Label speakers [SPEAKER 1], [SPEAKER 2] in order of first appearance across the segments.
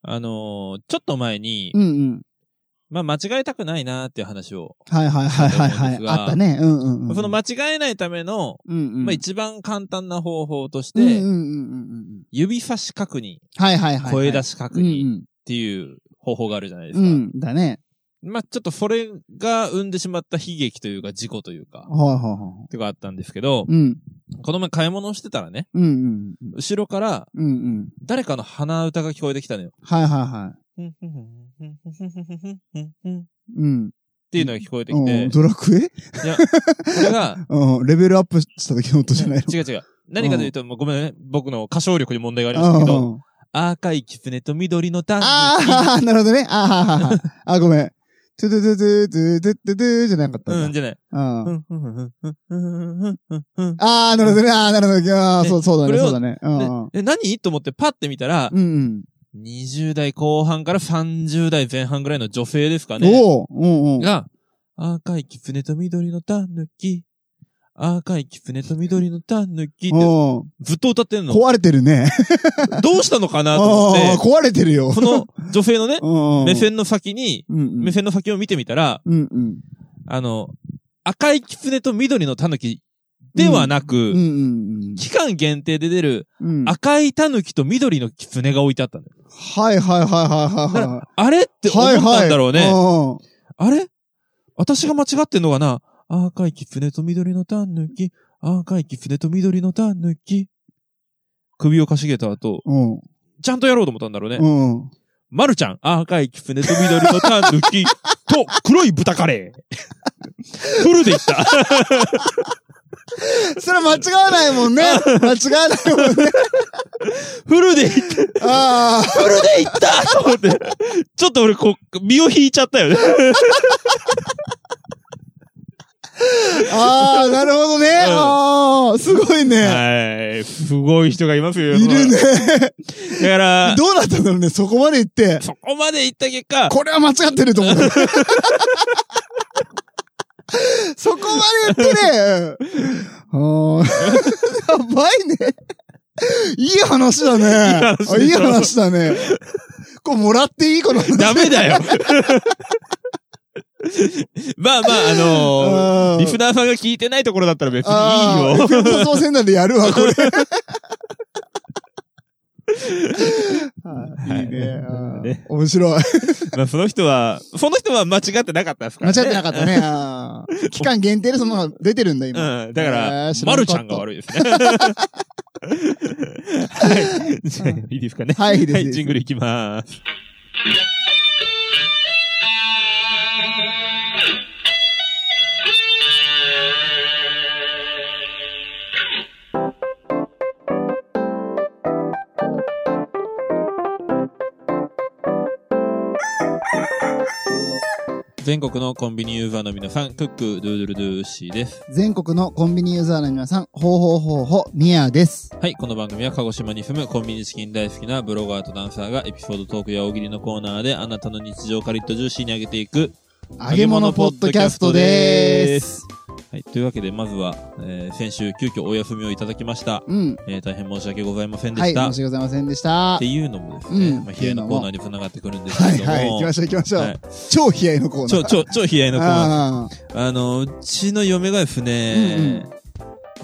[SPEAKER 1] あのーちょっと前に、
[SPEAKER 2] うんうん。
[SPEAKER 1] まあ、間違えたくないなーっていう話を、
[SPEAKER 2] はいはいはいはいはい。あったね。うんうんうん。
[SPEAKER 1] その間違えないための、
[SPEAKER 2] うんうん。
[SPEAKER 1] まあ、一番簡単な方法とし
[SPEAKER 2] うんうんうん
[SPEAKER 1] て、
[SPEAKER 2] うんうん。
[SPEAKER 1] 指差し確認、
[SPEAKER 2] はいはいはいはい。
[SPEAKER 1] 声出し確認っ
[SPEAKER 2] うん
[SPEAKER 1] ていう方法があるじゃないです
[SPEAKER 2] う
[SPEAKER 1] か。
[SPEAKER 2] ん。うん。だね。
[SPEAKER 1] まあ、ちょっとそれが生んでしまった悲劇というか事故というか、
[SPEAKER 2] はいはいは
[SPEAKER 1] っていうかあったんですけど
[SPEAKER 2] い。、うん。
[SPEAKER 1] この前買い物をしてたらね、
[SPEAKER 2] うんうんうん。
[SPEAKER 1] 後ろから
[SPEAKER 2] うんうん。
[SPEAKER 1] 誰かの鼻歌が聞こえてきたのよ。
[SPEAKER 2] はいはいは
[SPEAKER 1] ふんふんふんふんふんふんふんふんふんっ
[SPEAKER 2] い。うん。
[SPEAKER 1] ていうのが聞こえてき
[SPEAKER 2] う
[SPEAKER 1] て
[SPEAKER 2] ん、ドラクエ
[SPEAKER 1] いや、これが、
[SPEAKER 2] うん。レベルアップした時の音じゃない
[SPEAKER 1] 違う違う。何かというと、もうごめんね、僕の歌唱力に問題がありましたけ
[SPEAKER 2] のう
[SPEAKER 1] ど、
[SPEAKER 2] ん
[SPEAKER 1] 赤い狐と緑のタン
[SPEAKER 2] ああ、なるほどね。ああ、はーはーはーあ、ごめん。トゥトゥトゥトゥトゥトゥトゥじゃなかった
[SPEAKER 1] うん
[SPEAKER 2] だ。
[SPEAKER 1] ん、じゃない。
[SPEAKER 2] うん
[SPEAKER 1] うんうんうんうんうんうんうんうん
[SPEAKER 2] ああ、なるほどね。ああ、なるほど。ああ、
[SPEAKER 1] ね
[SPEAKER 2] そう、そうだ
[SPEAKER 1] こ
[SPEAKER 2] ね。
[SPEAKER 1] れを
[SPEAKER 2] そうだね。うんうん。
[SPEAKER 1] でえ、何と思ってパッて見たら
[SPEAKER 2] う、ん
[SPEAKER 1] 20代後半から30代前半ぐらいの女性ですか
[SPEAKER 2] うん。
[SPEAKER 1] ね。
[SPEAKER 2] おおうんうん。
[SPEAKER 1] が、赤い狐と緑のタヌキ。赤い狐と緑のタヌキって
[SPEAKER 2] お
[SPEAKER 1] ずっと歌ってんの。
[SPEAKER 2] 壊れてるね。
[SPEAKER 1] どうしたのかなと
[SPEAKER 2] お
[SPEAKER 1] 思って、
[SPEAKER 2] 壊れてるよ。
[SPEAKER 1] こ の女性のね、
[SPEAKER 2] の
[SPEAKER 1] 目、線の先に、
[SPEAKER 2] うんうん。
[SPEAKER 1] 目線の先を見てみたら、
[SPEAKER 2] うんうん。
[SPEAKER 1] あの、赤い狐と緑の狸ではなく、
[SPEAKER 2] うんうん
[SPEAKER 1] 期間限定で出る
[SPEAKER 2] うん。うん。
[SPEAKER 1] 赤い狸と緑の狐が置いてあったのよ。
[SPEAKER 2] はいはいはいはいはいは
[SPEAKER 1] あれって
[SPEAKER 2] い。
[SPEAKER 1] 思ったんだろうね。
[SPEAKER 2] はいは
[SPEAKER 1] あれ私が間違ってんのかな赤い狐と緑の狸、赤い狐と緑の狸。首をかしげた後、
[SPEAKER 2] いうん。
[SPEAKER 1] ちゃんとやろうと思ったんだろうね。
[SPEAKER 2] うん。うん。
[SPEAKER 1] まるちゃん、赤い狐と緑の狸と黒い豚カレ ー。フルでいった。
[SPEAKER 2] それ間違わないも んね。間違わないもんね。
[SPEAKER 1] フルでいった。
[SPEAKER 2] ああ。
[SPEAKER 1] フルで行ったと思って。 ちょっと俺、こう、身を引いちゃったよ ね。
[SPEAKER 2] ああ、なるほどね。ああ、すごいね。
[SPEAKER 1] はい。すごい人がいますよ。
[SPEAKER 2] いるね。
[SPEAKER 1] だから、
[SPEAKER 2] どうなったんだろうね。そこまで行って、
[SPEAKER 1] そこまで行った結 果、
[SPEAKER 2] これは間違ってる と思う。そこまで言ってね。ああ。やばいね。いい話だね。あい
[SPEAKER 1] い
[SPEAKER 2] い
[SPEAKER 1] い
[SPEAKER 2] 話
[SPEAKER 1] 話
[SPEAKER 2] だね。これもらっていいこの話。
[SPEAKER 1] ダメ だよ。まあまあ、あの
[SPEAKER 2] あー
[SPEAKER 1] ー、リスナーさんが聞いてないところだったら別にい
[SPEAKER 2] あ
[SPEAKER 1] い
[SPEAKER 2] あ
[SPEAKER 1] よ。
[SPEAKER 2] FM 放送センターでやるわ、これ。はいいいね。あ
[SPEAKER 1] はい
[SPEAKER 2] ー
[SPEAKER 1] ね
[SPEAKER 2] 面白い。
[SPEAKER 1] まあ、その人は、その人は間違ってなかったですか
[SPEAKER 2] 間違
[SPEAKER 1] ら
[SPEAKER 2] っ
[SPEAKER 1] ね。
[SPEAKER 2] てなかったね。あー期間限定でそのまま出てるんだ、今。
[SPEAKER 1] うん。だから、
[SPEAKER 2] えー知ら
[SPEAKER 1] ま
[SPEAKER 2] な
[SPEAKER 1] る
[SPEAKER 2] か
[SPEAKER 1] ち
[SPEAKER 2] った
[SPEAKER 1] ゃんが悪いですね。はいじゃあ。 いいですかね。
[SPEAKER 2] はいいいですいいです
[SPEAKER 1] ジングルいきまーす。全国のコンビニユーザーの皆さん、クック、ドゥードゥルドゥーシーです。
[SPEAKER 2] 全国のコンビニユーザーの皆さん、ほうほうほうほ、みやです。
[SPEAKER 1] はい、この番組は鹿児島に住むコンビニチキン大好きなブロガーとダンサーがエピソードトークや大喜利のコーナーであなたの日常をカリッとジューシーに上げていく。
[SPEAKER 2] 揚げ物ポッドキャストでーす。
[SPEAKER 1] はい、というわけでまずは、えー先週急遽お休みをいただきました。
[SPEAKER 2] うん。
[SPEAKER 1] えー大変申し訳ございませんで
[SPEAKER 2] はい、
[SPEAKER 1] した。
[SPEAKER 2] 申
[SPEAKER 1] っ
[SPEAKER 2] し訳ございませんでした
[SPEAKER 1] て。いうのもですね、
[SPEAKER 2] うん
[SPEAKER 1] まあ、冷えのコーナーに繋がってくるんですけ
[SPEAKER 2] は
[SPEAKER 1] れ
[SPEAKER 2] い
[SPEAKER 1] ども。
[SPEAKER 2] はい、行きましょう行きましょ
[SPEAKER 1] は
[SPEAKER 2] う
[SPEAKER 1] い。
[SPEAKER 2] 超冷やいのコーナー。
[SPEAKER 1] 超、超、超冷えのコーナー。
[SPEAKER 2] あー
[SPEAKER 1] あの、うちの嫁がですね、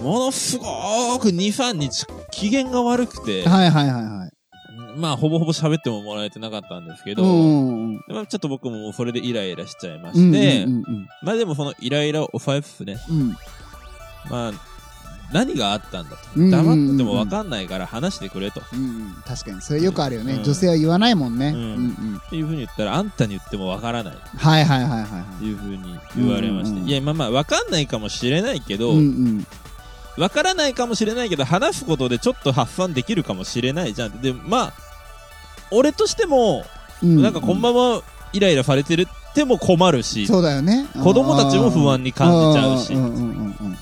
[SPEAKER 1] ものすごーく2、3日機嫌が悪くて、
[SPEAKER 2] はいはいはいはい。
[SPEAKER 1] まあ、ほぼほぼ喋ってももらえてなかったんですけど、
[SPEAKER 2] うんうん
[SPEAKER 1] まあ、ちょっと僕ももうそれでイライラしちゃいま
[SPEAKER 2] うん。
[SPEAKER 1] して、
[SPEAKER 2] うんうん
[SPEAKER 1] まあでもそのイライラを抑えつつね、
[SPEAKER 2] うんうん。
[SPEAKER 1] まあ、何があったんだと。
[SPEAKER 2] うんうん
[SPEAKER 1] 黙っててもわかんないから話してくれと。
[SPEAKER 2] うんうん確かにそれよくあるよね、
[SPEAKER 1] うん
[SPEAKER 2] 女性は言わないもんね、う
[SPEAKER 1] うんん
[SPEAKER 2] うん、
[SPEAKER 1] いうふうに言ったら、あんたに言ってもわからない。
[SPEAKER 2] はいはいはいはいは
[SPEAKER 1] というふうに言われまして。
[SPEAKER 2] うんうん
[SPEAKER 1] いや、まあまあ、わかんないかもしれないけ
[SPEAKER 2] い
[SPEAKER 1] ど、
[SPEAKER 2] う
[SPEAKER 1] わ、
[SPEAKER 2] んうん
[SPEAKER 1] からないかもしれないけど、話すことでちょっと発散できるかもしれないじゃん。で、まあ、俺としても、
[SPEAKER 2] うん
[SPEAKER 1] なんかこんばんはイライラされてるっても困るし、
[SPEAKER 2] そうだよね
[SPEAKER 1] 子供たちも不安に感じちゃうし
[SPEAKER 2] うんうんうん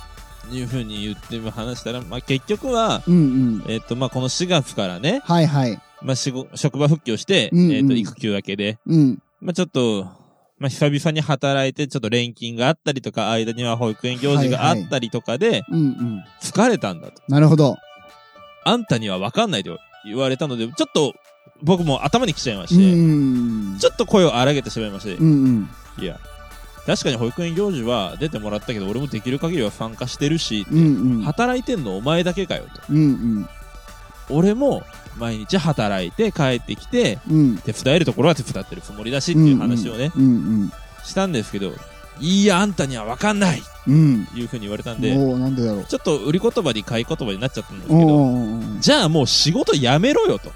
[SPEAKER 2] うん
[SPEAKER 1] いうふうに言っても話したら、まあ、結局は、
[SPEAKER 2] うんうん
[SPEAKER 1] えっ、と、まあ、この4月からね、
[SPEAKER 2] はいはい
[SPEAKER 1] まあ、仕事職場復帰をして、
[SPEAKER 2] うんうん
[SPEAKER 1] えっ、と、育休明けで、
[SPEAKER 2] うん
[SPEAKER 1] まあ、ちょっと、まあ、久々に働いて、ちょっと錬金があったりとか、間には保育園行事があったりとかで、
[SPEAKER 2] うんうん
[SPEAKER 1] 疲れたんだと。
[SPEAKER 2] なるほど
[SPEAKER 1] あんたには分かんないと言われたので、ちょっと、僕も頭に来ちゃいま
[SPEAKER 2] う
[SPEAKER 1] して、
[SPEAKER 2] ん。
[SPEAKER 1] ちょっと声を荒げてしまいまして、
[SPEAKER 2] うんうん。
[SPEAKER 1] いや、確かに保育園行事は出てもらったけど、俺もできる限りは参加してるし、
[SPEAKER 2] うんうん。
[SPEAKER 1] 働いてんのお前だけかよと。
[SPEAKER 2] うん
[SPEAKER 1] 俺も毎日働いて帰ってきて、
[SPEAKER 2] うん。うん。
[SPEAKER 1] 手伝えるところは手伝ってるつもりだしっていう話をね、
[SPEAKER 2] うん
[SPEAKER 1] したんですけど、いいや、あんたにはわかんない
[SPEAKER 2] うん。うん。
[SPEAKER 1] いうふうに言われたんで、
[SPEAKER 2] もう、なんでだろう。
[SPEAKER 1] ちょっと売り言葉に買い言葉になっちゃったんですけ
[SPEAKER 2] おう
[SPEAKER 1] ど、
[SPEAKER 2] おうおうおう
[SPEAKER 1] じゃあもう仕事やめろよと。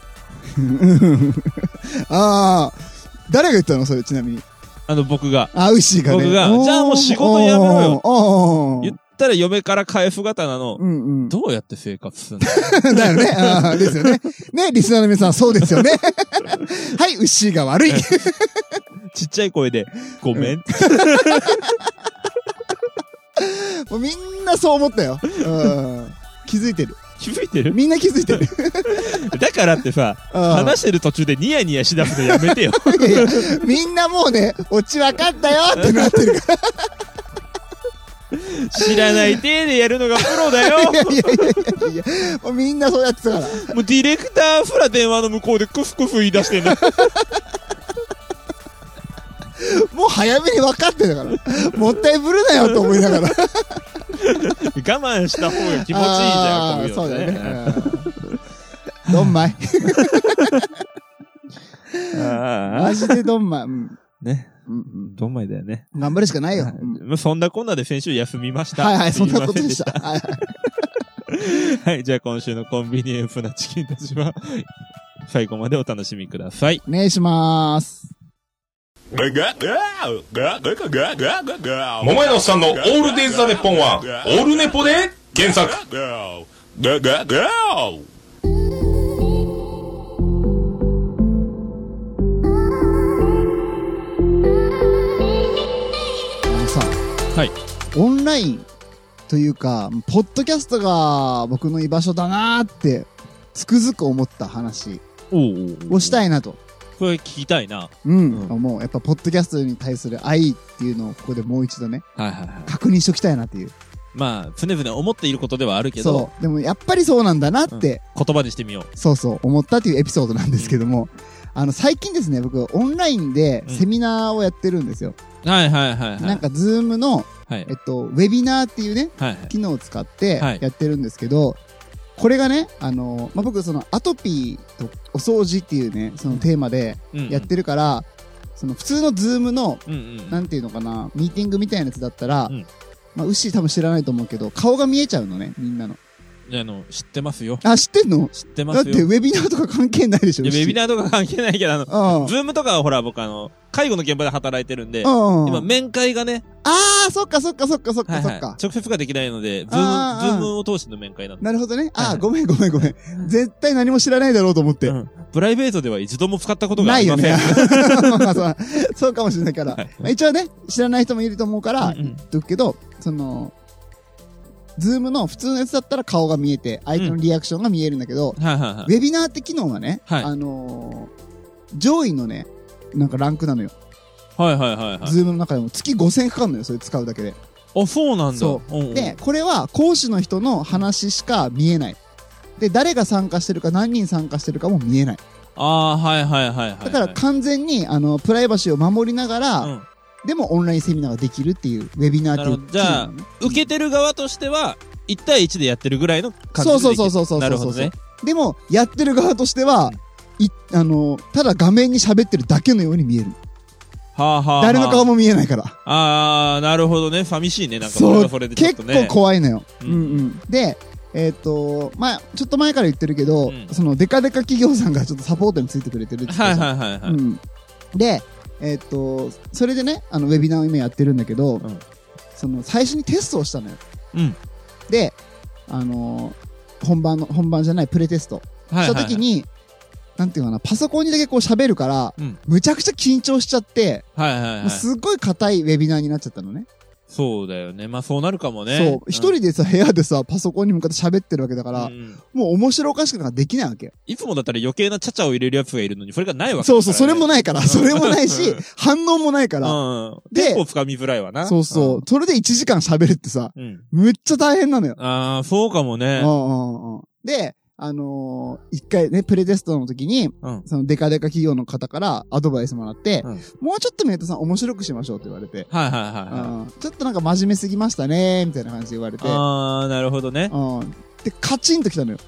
[SPEAKER 2] ああ、誰が言ったのそれ、ちなみに。
[SPEAKER 1] あの、僕が。
[SPEAKER 2] あ、ウッシーがね。
[SPEAKER 1] 僕が
[SPEAKER 2] おー
[SPEAKER 1] じゃあもう仕事やめろよ。
[SPEAKER 2] おーおーおー
[SPEAKER 1] 言ったら嫁から返す刀の、
[SPEAKER 2] うんうん。
[SPEAKER 1] どうやって生活すんの
[SPEAKER 2] だよね。あーですよね。ね、リスナーの皆さん、そうですよね。 はい、ウッシーが 悪い。
[SPEAKER 1] ちっちゃい声で、ごめん。
[SPEAKER 2] もうみんなそう思ったよ。うん気づいてる。
[SPEAKER 1] 気づいてる
[SPEAKER 2] みんな気づいてる。
[SPEAKER 1] だからってさ、
[SPEAKER 2] うん
[SPEAKER 1] 話してる途中でニヤニヤしだすのやめて よ。
[SPEAKER 2] いやいやみんなもうね、オチ分かったよってなってるか
[SPEAKER 1] 知らない体でやるのがプロだよ
[SPEAKER 2] ら。いやいやいやいやいや、もうみんなそうやってたから。
[SPEAKER 1] もうディレクターすら電話の向こうでクスクス言い出してんの。
[SPEAKER 2] もう早めに分かってたから。もったいぶるなよと思いながら。
[SPEAKER 1] 我慢した方が気持ちいいじゃん、こ
[SPEAKER 2] あ
[SPEAKER 1] う
[SPEAKER 2] ー
[SPEAKER 1] いう
[SPEAKER 2] そ
[SPEAKER 1] の
[SPEAKER 2] うだ
[SPEAKER 1] ね
[SPEAKER 2] よね。うんドンマイ。
[SPEAKER 1] あ
[SPEAKER 2] マ
[SPEAKER 1] あ
[SPEAKER 2] ジでドンマイ。うん
[SPEAKER 1] ね。
[SPEAKER 2] うん
[SPEAKER 1] どんまいだよね。
[SPEAKER 2] 頑張るしかないよ。うん
[SPEAKER 1] はいそんなこんなで先週休みました。
[SPEAKER 2] はいはい、そんなこと
[SPEAKER 1] すいませ
[SPEAKER 2] でした。はいはい
[SPEAKER 1] はい、じゃあ今週のコンビニエンスなチキンたちは、 最後までお楽しみください。
[SPEAKER 2] お願いします。
[SPEAKER 3] 桃
[SPEAKER 4] 桃
[SPEAKER 3] 屋
[SPEAKER 4] 屋
[SPEAKER 3] の
[SPEAKER 4] の
[SPEAKER 3] お
[SPEAKER 4] お
[SPEAKER 3] っ
[SPEAKER 4] っ
[SPEAKER 3] さ
[SPEAKER 4] さ
[SPEAKER 3] ん
[SPEAKER 4] ん
[SPEAKER 3] の
[SPEAKER 4] の
[SPEAKER 3] オ
[SPEAKER 4] オ
[SPEAKER 3] ー
[SPEAKER 4] ー
[SPEAKER 3] ル
[SPEAKER 4] ル
[SPEAKER 3] デ
[SPEAKER 4] デ
[SPEAKER 3] イ
[SPEAKER 4] イ
[SPEAKER 3] ズ・
[SPEAKER 4] ズ・
[SPEAKER 3] ザ・
[SPEAKER 4] ザ・
[SPEAKER 3] ネ
[SPEAKER 4] ネ
[SPEAKER 3] ッ
[SPEAKER 4] ッ
[SPEAKER 3] ポ
[SPEAKER 4] ポ
[SPEAKER 3] ン
[SPEAKER 4] ン
[SPEAKER 3] は
[SPEAKER 4] は、
[SPEAKER 3] オ
[SPEAKER 4] オ
[SPEAKER 3] ー
[SPEAKER 4] ー
[SPEAKER 3] ル
[SPEAKER 4] ルネ
[SPEAKER 3] ネポ
[SPEAKER 4] ポ
[SPEAKER 3] で
[SPEAKER 4] で
[SPEAKER 3] 原
[SPEAKER 4] 原
[SPEAKER 3] 作
[SPEAKER 4] 作。
[SPEAKER 2] あのさ、
[SPEAKER 1] はい。
[SPEAKER 2] オンラインというか、ポッドキャストが僕の居場所だなーって、つくづく思った話
[SPEAKER 1] おうおうお
[SPEAKER 2] をした
[SPEAKER 1] い。
[SPEAKER 2] いなと。
[SPEAKER 1] これ聞きたいな。は
[SPEAKER 2] うん。
[SPEAKER 1] うん
[SPEAKER 2] 思う。やっぱ、ポッドキャストに対する愛っていうのをここでもう一度ね、
[SPEAKER 1] いはいはい。
[SPEAKER 2] 確認しときたいなっていう。
[SPEAKER 1] まあ、常々思っていることではあるけど
[SPEAKER 2] そ、う。でも、やっぱりそうなんだなって、
[SPEAKER 1] 言葉にしてみよう。
[SPEAKER 2] そうそう、思ったっていうエピソードなんですけども、あの、最近ですね、僕、オンラインで
[SPEAKER 1] うん
[SPEAKER 2] セミナーをやってるんですよ。
[SPEAKER 1] はいはいはいはい。
[SPEAKER 2] なんか、ズームの、
[SPEAKER 1] はい
[SPEAKER 2] えっと、ウェビナーっていうね、
[SPEAKER 1] はいはい。
[SPEAKER 2] 機能を使って
[SPEAKER 1] はい
[SPEAKER 2] やってるんですけど、これがね、あのまあ、僕そのアトピーとお掃除っていうねそのテーマで
[SPEAKER 1] うんうん
[SPEAKER 2] やってるから、その普通のズームの
[SPEAKER 1] うんうん。
[SPEAKER 2] なんていうのかなミーティングみたいなやつだったら、
[SPEAKER 1] うん
[SPEAKER 2] まあ、ウッシー多分知らないと思うけど顔が見えちゃうのねみんなの
[SPEAKER 1] いやあの、知ってますよ。
[SPEAKER 2] あ知ってんの
[SPEAKER 1] 知ってま
[SPEAKER 2] だっ
[SPEAKER 1] すよ。
[SPEAKER 2] てウェビナーとか関係ないでしょ
[SPEAKER 1] いやウェビ
[SPEAKER 2] ナー
[SPEAKER 1] ナーとか関係ないけど、あの、
[SPEAKER 2] うん
[SPEAKER 1] ズームとかはほら、僕あの、介護の現場で働いてるんで、
[SPEAKER 2] うん
[SPEAKER 1] 今、面会がね、
[SPEAKER 2] ああそっかそっかそっかそ
[SPEAKER 1] は
[SPEAKER 2] っか
[SPEAKER 1] い
[SPEAKER 2] そ
[SPEAKER 1] は
[SPEAKER 2] っ
[SPEAKER 1] い、
[SPEAKER 2] か
[SPEAKER 1] 直接ができないので、ズ
[SPEAKER 2] あ
[SPEAKER 1] ーム、
[SPEAKER 2] ー
[SPEAKER 1] ズ
[SPEAKER 2] あ
[SPEAKER 1] ー
[SPEAKER 2] ー
[SPEAKER 1] ムを通しての面会なんで。
[SPEAKER 2] なるほどね
[SPEAKER 1] はい
[SPEAKER 2] あ
[SPEAKER 1] は
[SPEAKER 2] ー
[SPEAKER 1] い
[SPEAKER 2] ごめんごめんごめん絶対何も知らないだろうと思って
[SPEAKER 1] プライベートでは一度も使ったことが
[SPEAKER 2] な
[SPEAKER 1] あ
[SPEAKER 2] い
[SPEAKER 1] り
[SPEAKER 2] よ
[SPEAKER 1] ません。
[SPEAKER 2] ね。 まあそうそうかもしれないから。
[SPEAKER 1] はい
[SPEAKER 2] まあ一応ね、知らない人もいると思うから、
[SPEAKER 1] うんうん
[SPEAKER 2] 言っとくけど、その、ズームの普通のやつだったら顔が見えて、相手のリアクションが見えるんだけど、
[SPEAKER 1] はいはいは
[SPEAKER 2] ウェビナーって機能がね、
[SPEAKER 1] はい
[SPEAKER 2] あのー上位のね、なんかランクなのよ。
[SPEAKER 1] い。はいはいはいはい。
[SPEAKER 2] ズームの中でも月5000円かかるのよ、それ使うだけで。
[SPEAKER 1] あ、そうなんだ。
[SPEAKER 2] そ
[SPEAKER 1] うんうん
[SPEAKER 2] で、これは講師の人の話しか見えない。で、誰が参加してるか何人参加してるかも見えない。
[SPEAKER 1] ああ、はいはいはいはいはい。
[SPEAKER 2] だから完全に、あの、プライバシーを守りながら、
[SPEAKER 1] うん
[SPEAKER 2] でもオンラインセミナーができるっていう、ウェビナーっていう機能なのね。
[SPEAKER 1] 受けてる側としては、1対1でやってるぐらいの感じで
[SPEAKER 2] そう
[SPEAKER 1] でき
[SPEAKER 2] そう
[SPEAKER 1] る。
[SPEAKER 2] そうそうそうそうそう
[SPEAKER 1] なるほどね。
[SPEAKER 2] でも、やってる側としては、い、あの、ただ画面に喋ってるだけのように見える。
[SPEAKER 1] はあはあ。
[SPEAKER 2] 誰の顔も見えないから。
[SPEAKER 1] ああ、なるほどね。寂しいね。なんかそれ
[SPEAKER 2] そ
[SPEAKER 1] は
[SPEAKER 2] う
[SPEAKER 1] それ、でちょっと
[SPEAKER 2] 結構
[SPEAKER 1] ね。
[SPEAKER 2] 怖いのよ。う
[SPEAKER 1] うんん
[SPEAKER 2] うん。で、えーっと、まあちょっと前から言ってるけど
[SPEAKER 1] うん、
[SPEAKER 2] その、デカデカ企業さんがちょっとサポートについてくれてるって言って
[SPEAKER 1] は
[SPEAKER 2] た
[SPEAKER 1] い
[SPEAKER 2] じゃん
[SPEAKER 1] はいはいはい。
[SPEAKER 2] うん。で、えーっと、それでね、あの、ウェビナーを今やってるんだけど
[SPEAKER 1] ん、
[SPEAKER 2] その、最初にテストをしたのよ。
[SPEAKER 1] うん。
[SPEAKER 2] で、あのー、本番の、本番じゃないプレテスト。
[SPEAKER 1] はい
[SPEAKER 2] した時。に、なんていうかな、パソコンにだけこう喋るから、
[SPEAKER 1] うん
[SPEAKER 2] むちゃくちゃ緊張しちゃって、
[SPEAKER 1] はいはいはい
[SPEAKER 2] もう。すっごい硬いウェビナーになっちゃったのね。
[SPEAKER 1] そうだよね。まあそうなるかもね。
[SPEAKER 2] そう。一人でさ、部屋でさ、パソコンに向かって喋ってるわけだか、
[SPEAKER 1] から
[SPEAKER 2] もう面白おかしくなんかできないわけ。
[SPEAKER 1] いつもだったら余計なちゃちゃを入れるやつがいるのに、それがないわけだからね
[SPEAKER 2] そうそう、それもないから、それもないし
[SPEAKER 1] う、
[SPEAKER 2] 反応もないから。
[SPEAKER 1] うん。
[SPEAKER 2] で
[SPEAKER 1] 結構つかみづらいわな。
[SPEAKER 2] そうそう。それで1時間喋るってさ、
[SPEAKER 1] うん。うん。
[SPEAKER 2] むっちゃ大変なのよ。
[SPEAKER 1] ああ、そうかもね。
[SPEAKER 2] うんうんうん。で、あのー一回ね、プレテストの時に、
[SPEAKER 1] うん。
[SPEAKER 2] そのデカデカ企業の方からアドバイスもらって、
[SPEAKER 1] うん
[SPEAKER 2] もうちょっとメイトさん面白くしましょうって言われて、
[SPEAKER 1] はいはいはいはい。
[SPEAKER 2] うんちょっとなんか真面目すぎましたね、みたいな感じで言われて、
[SPEAKER 1] あー、なるほどね。
[SPEAKER 2] うんで、カチンときたのよ。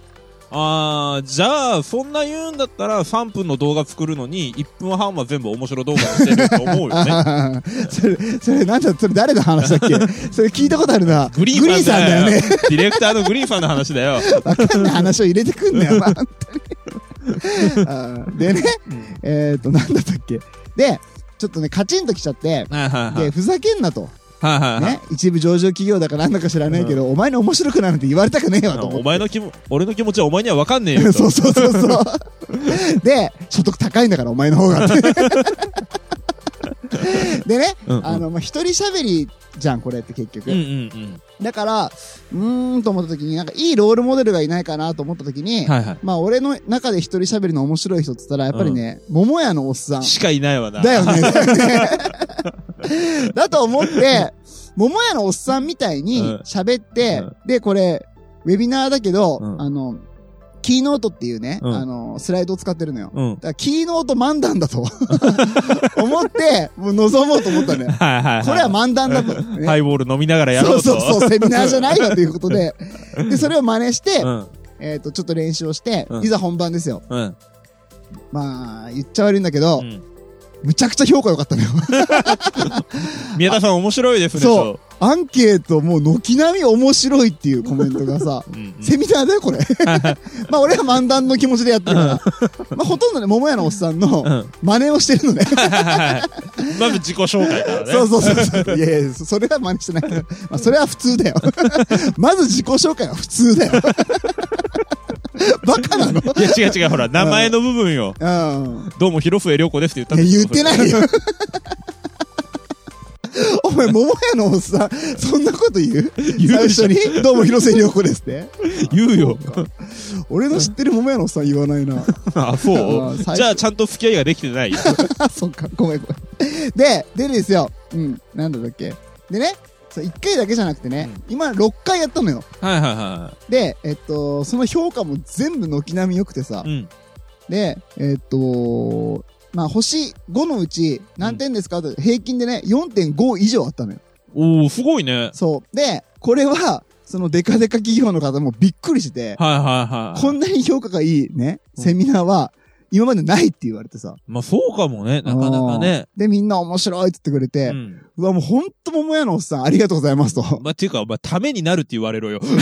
[SPEAKER 1] あー、じゃあ、そんな言うんだったら、3分の動画作るのに、1分半は全部面白動画にしてると思うよね。
[SPEAKER 2] あそれ、それなんだ、それ誰の話 だっけそれ聞いたことあるな。
[SPEAKER 1] グリーン
[SPEAKER 2] さんだよね。。
[SPEAKER 1] ディレクターのグリーンさんの話だよ。
[SPEAKER 2] わかんない話を入れてくんだよ、本当にあー。でね、えっ、と、なんだったっけ。で、ちょっとね、カチンときちゃって、
[SPEAKER 1] はいはいはい
[SPEAKER 2] で、。ふざけんなと。
[SPEAKER 1] はいはいはい
[SPEAKER 2] ね、一部上場企業だからなんだか知らないけど、お前に面白くなんて言われたくねえわと思
[SPEAKER 1] お
[SPEAKER 2] っ
[SPEAKER 1] 前の気も、俺の気持ちはお前には分かんねえ
[SPEAKER 2] て。
[SPEAKER 1] よと。
[SPEAKER 2] そうそうそうそう。 で、所得高いんだからお前の方がって。でね、
[SPEAKER 1] うんうん
[SPEAKER 2] あの、まあ、一人喋りじゃん、これって結
[SPEAKER 1] う
[SPEAKER 2] 局。
[SPEAKER 1] んうん
[SPEAKER 2] だから、うーんと思った時に、なんかいいロールモデルがいないかなと思った時
[SPEAKER 1] う
[SPEAKER 2] に、
[SPEAKER 1] ん。はいは
[SPEAKER 2] まあ俺の中で一人喋りの面白い人って言ったら、やっぱりね、桃屋のおっさん
[SPEAKER 1] い。。しかいないわな。
[SPEAKER 2] だよね。だよねだと思って、桃屋のおっさんみたいに
[SPEAKER 1] うん
[SPEAKER 2] 喋って、
[SPEAKER 1] うん
[SPEAKER 2] で、これ、ウェビナーだけど、
[SPEAKER 1] うん
[SPEAKER 2] あの、キーノートっていうね、
[SPEAKER 1] うん
[SPEAKER 2] あの、スライドを使ってるのよ。
[SPEAKER 1] うん。
[SPEAKER 2] だからキーノート漫談 だと思って、もう望もうと思ったのよ。
[SPEAKER 1] はいはいはい。
[SPEAKER 2] これは漫談だと。ね
[SPEAKER 1] ハイボール飲みながらやろうと。
[SPEAKER 2] そうそうそう、セミナーじゃないよというこ とで。で、それを真似して、
[SPEAKER 1] うん。
[SPEAKER 2] えっ、と、ちょっと練習をして、
[SPEAKER 1] うん
[SPEAKER 2] いざ本番ですよ。
[SPEAKER 1] うん。
[SPEAKER 2] まあ、言っちゃ悪いんだけど、
[SPEAKER 1] うん。
[SPEAKER 2] むちゃくちゃ評価良かったのよ。
[SPEAKER 1] 宮田さん面白いですね。
[SPEAKER 2] そうアンケートもう軒並み面白いっていうコメントがさ、
[SPEAKER 1] と。うんうん。
[SPEAKER 2] セミナーだよ、これ。まあ、俺は漫談の気持ちでやってるから。まあ、ほとんどね、桃屋のおっさんの
[SPEAKER 1] うん
[SPEAKER 2] 真似をしてる のね。
[SPEAKER 1] はいはいはい まず自己紹介からね。
[SPEAKER 2] そうそうそうそう。いやいや、そそれは真似してないけど、まあ、それは普通だよ。まず自己紹介は普通 だよ。バカなの
[SPEAKER 1] いや違う違う、ほら、名前の部分よ。
[SPEAKER 2] うん。
[SPEAKER 1] どうも、広末涼子ですって言った
[SPEAKER 2] いや、言って
[SPEAKER 1] い。
[SPEAKER 2] ないよ。 お前、桃屋のおっさん、そんなこと言う
[SPEAKER 1] 言う
[SPEAKER 2] 最
[SPEAKER 1] でしょ
[SPEAKER 2] 初に、どうも、広瀬涼子ですって。
[SPEAKER 1] 言うよ。
[SPEAKER 2] 俺の知ってる桃屋のおっさん言わないな。
[SPEAKER 1] あ、そう
[SPEAKER 2] あ最初
[SPEAKER 1] じゃあ、ちゃんと付き合いができてないよ。
[SPEAKER 2] あ、そっか、ごめんごめん。で、でですよ。うん、なんだったっけ。でね、そう1回だけじゃなくてね、今6回やったのよ。
[SPEAKER 1] はいはいは
[SPEAKER 2] で、えっと、その評価も全部軒並み良くてさ
[SPEAKER 1] い。う、ん。
[SPEAKER 2] で、えっと、まあ、星5のうち何点ですか、と平均でね、4.5以上あったのよ。
[SPEAKER 1] おー、すごいね。
[SPEAKER 2] そう。で、これは、そのデカデカ企業の方もびっくりして、
[SPEAKER 1] はいはいはい。
[SPEAKER 2] こんなに評価がいいね、
[SPEAKER 1] うん
[SPEAKER 2] セミナーは、今までないって言われてさ。
[SPEAKER 1] まあ、そうかもね。なかなかね。
[SPEAKER 2] で、みんな面白いって言ってくれて、
[SPEAKER 1] う。
[SPEAKER 2] うんわ、もうほんと桃屋のおっさんありがとうございます と。
[SPEAKER 1] まあ、っていうか、お前、ためになるって言われ ろよ。
[SPEAKER 2] うん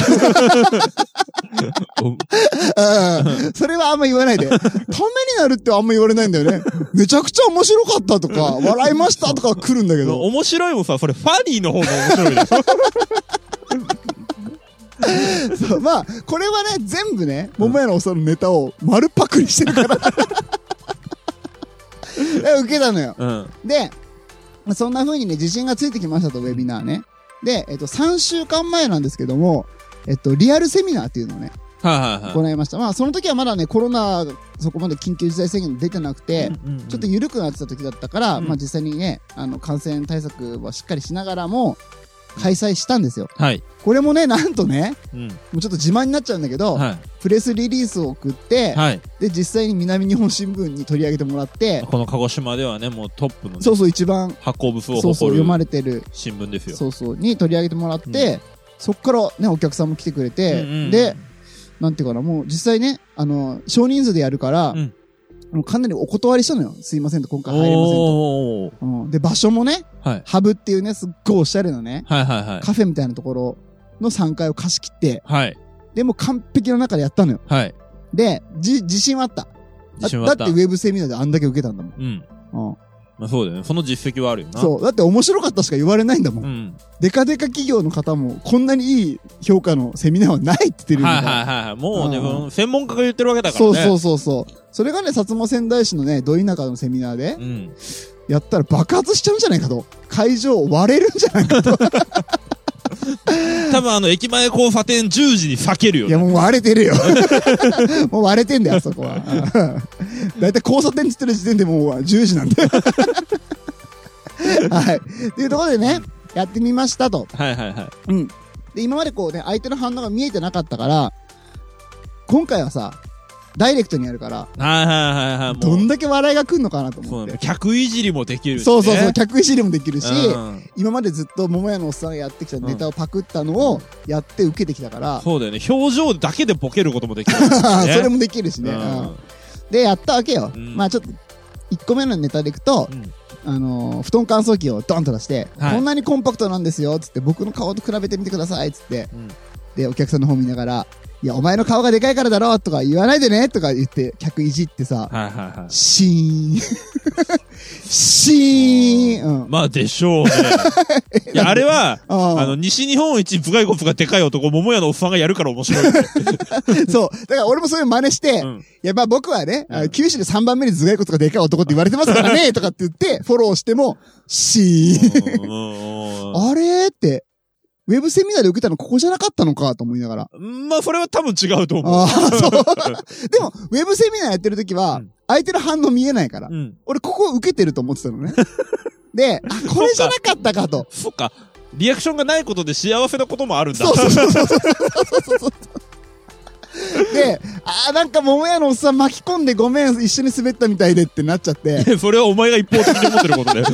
[SPEAKER 2] それはあんま言わないで。ためになるってあんま言われないんだよね。めちゃくちゃ面白かったとか、笑いましたとか来るんだけど。
[SPEAKER 1] 面白いもさ、それ、ファニーの方が面白いでしょ。
[SPEAKER 2] そうまあ、これはね、全部ね、桃屋のおっさんのネタを丸パクリしてるか ら。で受けたのよ。
[SPEAKER 1] うん。
[SPEAKER 2] で、まあそんな風にね、自信がついてきましたと、ウェビナーね。で、えっと、3週間前なんですけども、えっと、リアルセミナーっていうのをね、
[SPEAKER 1] はいはいは
[SPEAKER 2] 行いました。まあ、その時はまだね、コロナ、そこまで緊急事態宣言出てなく
[SPEAKER 1] い。
[SPEAKER 2] て、
[SPEAKER 1] うんうんうん
[SPEAKER 2] ちょっと緩くなってた時だったから、
[SPEAKER 1] うん
[SPEAKER 2] まあ実際にね、あの、感染対策はしっかりしながらも、開催したんですよ。
[SPEAKER 1] はい。
[SPEAKER 2] これもね、なんとね、
[SPEAKER 1] うん。
[SPEAKER 2] もうちょっと自慢になっちゃうんだけど、
[SPEAKER 1] は
[SPEAKER 2] プレスリリースを送って、
[SPEAKER 1] い。はい。
[SPEAKER 2] で、実際に南日本新聞に取り上げてもらって、
[SPEAKER 1] この鹿児島ではね、もうトップのね
[SPEAKER 2] そうそう、一番、
[SPEAKER 1] 発行部数を
[SPEAKER 2] そうそう、
[SPEAKER 1] 誇
[SPEAKER 2] 読ま
[SPEAKER 1] る
[SPEAKER 2] れてる
[SPEAKER 1] 新聞ですよ。
[SPEAKER 2] そうそうに取り上げてもらって、
[SPEAKER 1] う
[SPEAKER 2] そっからねお客さんも来てくれて、
[SPEAKER 1] うんうん
[SPEAKER 2] で、なんていうかなもう実際ねあの少人数でやるから、
[SPEAKER 1] うん
[SPEAKER 2] もうかなりお断りしたのよすいませんと今回入れませんと、
[SPEAKER 1] おー。
[SPEAKER 2] うんで場所もね
[SPEAKER 1] はい。
[SPEAKER 2] ハブっていうねすっごいおしゃれなね
[SPEAKER 1] はいはいはい。
[SPEAKER 2] カフェみたいなところの3階を貸し切って
[SPEAKER 1] はい。
[SPEAKER 2] でもう完璧の中でやったのよ
[SPEAKER 1] はい。
[SPEAKER 2] でじ自信はあった
[SPEAKER 1] 自信はあ
[SPEAKER 2] だ
[SPEAKER 1] った。
[SPEAKER 2] だってウェブセミナーであんだけ受けたんだも
[SPEAKER 1] うん。
[SPEAKER 2] ん、うん
[SPEAKER 1] まあそうだよね。その実績はあるよな。
[SPEAKER 2] そうだって面白かったしか言われないんだもん
[SPEAKER 1] う。ん。
[SPEAKER 2] デカデカ企業の方も、こんなにいい評価のセミナーはないって言ってるん
[SPEAKER 1] は
[SPEAKER 2] だ
[SPEAKER 1] い
[SPEAKER 2] から。
[SPEAKER 1] はいはいはい。もうね、
[SPEAKER 2] うん
[SPEAKER 1] この専門家が言ってるわけだから
[SPEAKER 2] そ
[SPEAKER 1] ね。
[SPEAKER 2] うそうそうそう。それがね、薩摩仙台市のね、ど田舎のセミナーで、
[SPEAKER 1] うん。
[SPEAKER 2] やったら爆発しちゃうんじゃないかと。会場割れるんじゃないか。
[SPEAKER 1] 多分あの、駅前交差点10時に避けるよ
[SPEAKER 2] い
[SPEAKER 1] ね。
[SPEAKER 2] や、もう割れてるよ。 もう割れてんだよ、あそ こは。だいたい交差点って言ってる時点でもう10時なんだよ。 はい。っていうところでね、やってみましたと。
[SPEAKER 1] はいはいはい。
[SPEAKER 2] うん。で、今までこうね、相手の反応が見えてなかったから、今回はさ、ダイレクトにやるから、
[SPEAKER 1] はいはいはいはい。も
[SPEAKER 2] ど
[SPEAKER 1] うん
[SPEAKER 2] だけ笑いが来んのかなと
[SPEAKER 1] そ
[SPEAKER 2] 思
[SPEAKER 1] う
[SPEAKER 2] っ
[SPEAKER 1] な
[SPEAKER 2] て
[SPEAKER 1] の。客いじりもできるしね。
[SPEAKER 2] そうそうそう、客いじりもできるし、
[SPEAKER 1] うん
[SPEAKER 2] 今までずっと桃屋のおっさんがやってきたネタをパクったのをやって受けてきたから、
[SPEAKER 1] そうだよね。表情だけでボケることもできるしね
[SPEAKER 2] それもできるしね。うんで、やったわけよ。
[SPEAKER 1] うん
[SPEAKER 2] まあちょっと、1個目のネタでいくと、
[SPEAKER 1] うん
[SPEAKER 2] あのー布団乾燥機をドンと出して、
[SPEAKER 1] はい
[SPEAKER 2] こんなにコンパクトなんですよ、つって、僕の顔と比べてみてください、つって、
[SPEAKER 1] うん
[SPEAKER 2] で、お客さんの方見ながら、いや、お前の顔がでかいからだろ、とか言わないでね、とか言って、客いじってさ、
[SPEAKER 1] はいはいはい。
[SPEAKER 2] シ ーン。シーン。うん。
[SPEAKER 1] まあでしょうね。いや、あれは、あ
[SPEAKER 2] あ
[SPEAKER 1] の、西日本一部外骨がでかい男、桃屋のおっさんがやるから面白い。
[SPEAKER 2] そう。だから俺もそういう真似して、
[SPEAKER 1] うん
[SPEAKER 2] いや、まあ僕はね、あ
[SPEAKER 1] うん
[SPEAKER 2] 九州で3番目に頭蓋骨がでかい男って言われてますか らね、とかって言って、フォローしても、シーン。
[SPEAKER 1] うん
[SPEAKER 2] あれーって、ウェブセミナーで受けたのここじゃなかったのかと思いながら。
[SPEAKER 1] うんまあ、それは多分違うと思う。
[SPEAKER 2] ああ、そう。 でも、ウェブセミナーやってる時は
[SPEAKER 1] うん、
[SPEAKER 2] 相手の反応見えないから、
[SPEAKER 1] うん。
[SPEAKER 2] 俺ここ受けてると思ってたのね。で、あ、これじゃなかったかと。
[SPEAKER 1] そっか。リアクションがないことで幸せなこともあるんだ。
[SPEAKER 2] そうそうそうそうそうそうそうそう。で、あーなんか桃屋のおっさん巻き込んでごめん、一緒に滑ったみたいでってなっちゃって。
[SPEAKER 1] いや それはお前が一方的に思ってる ことだよ。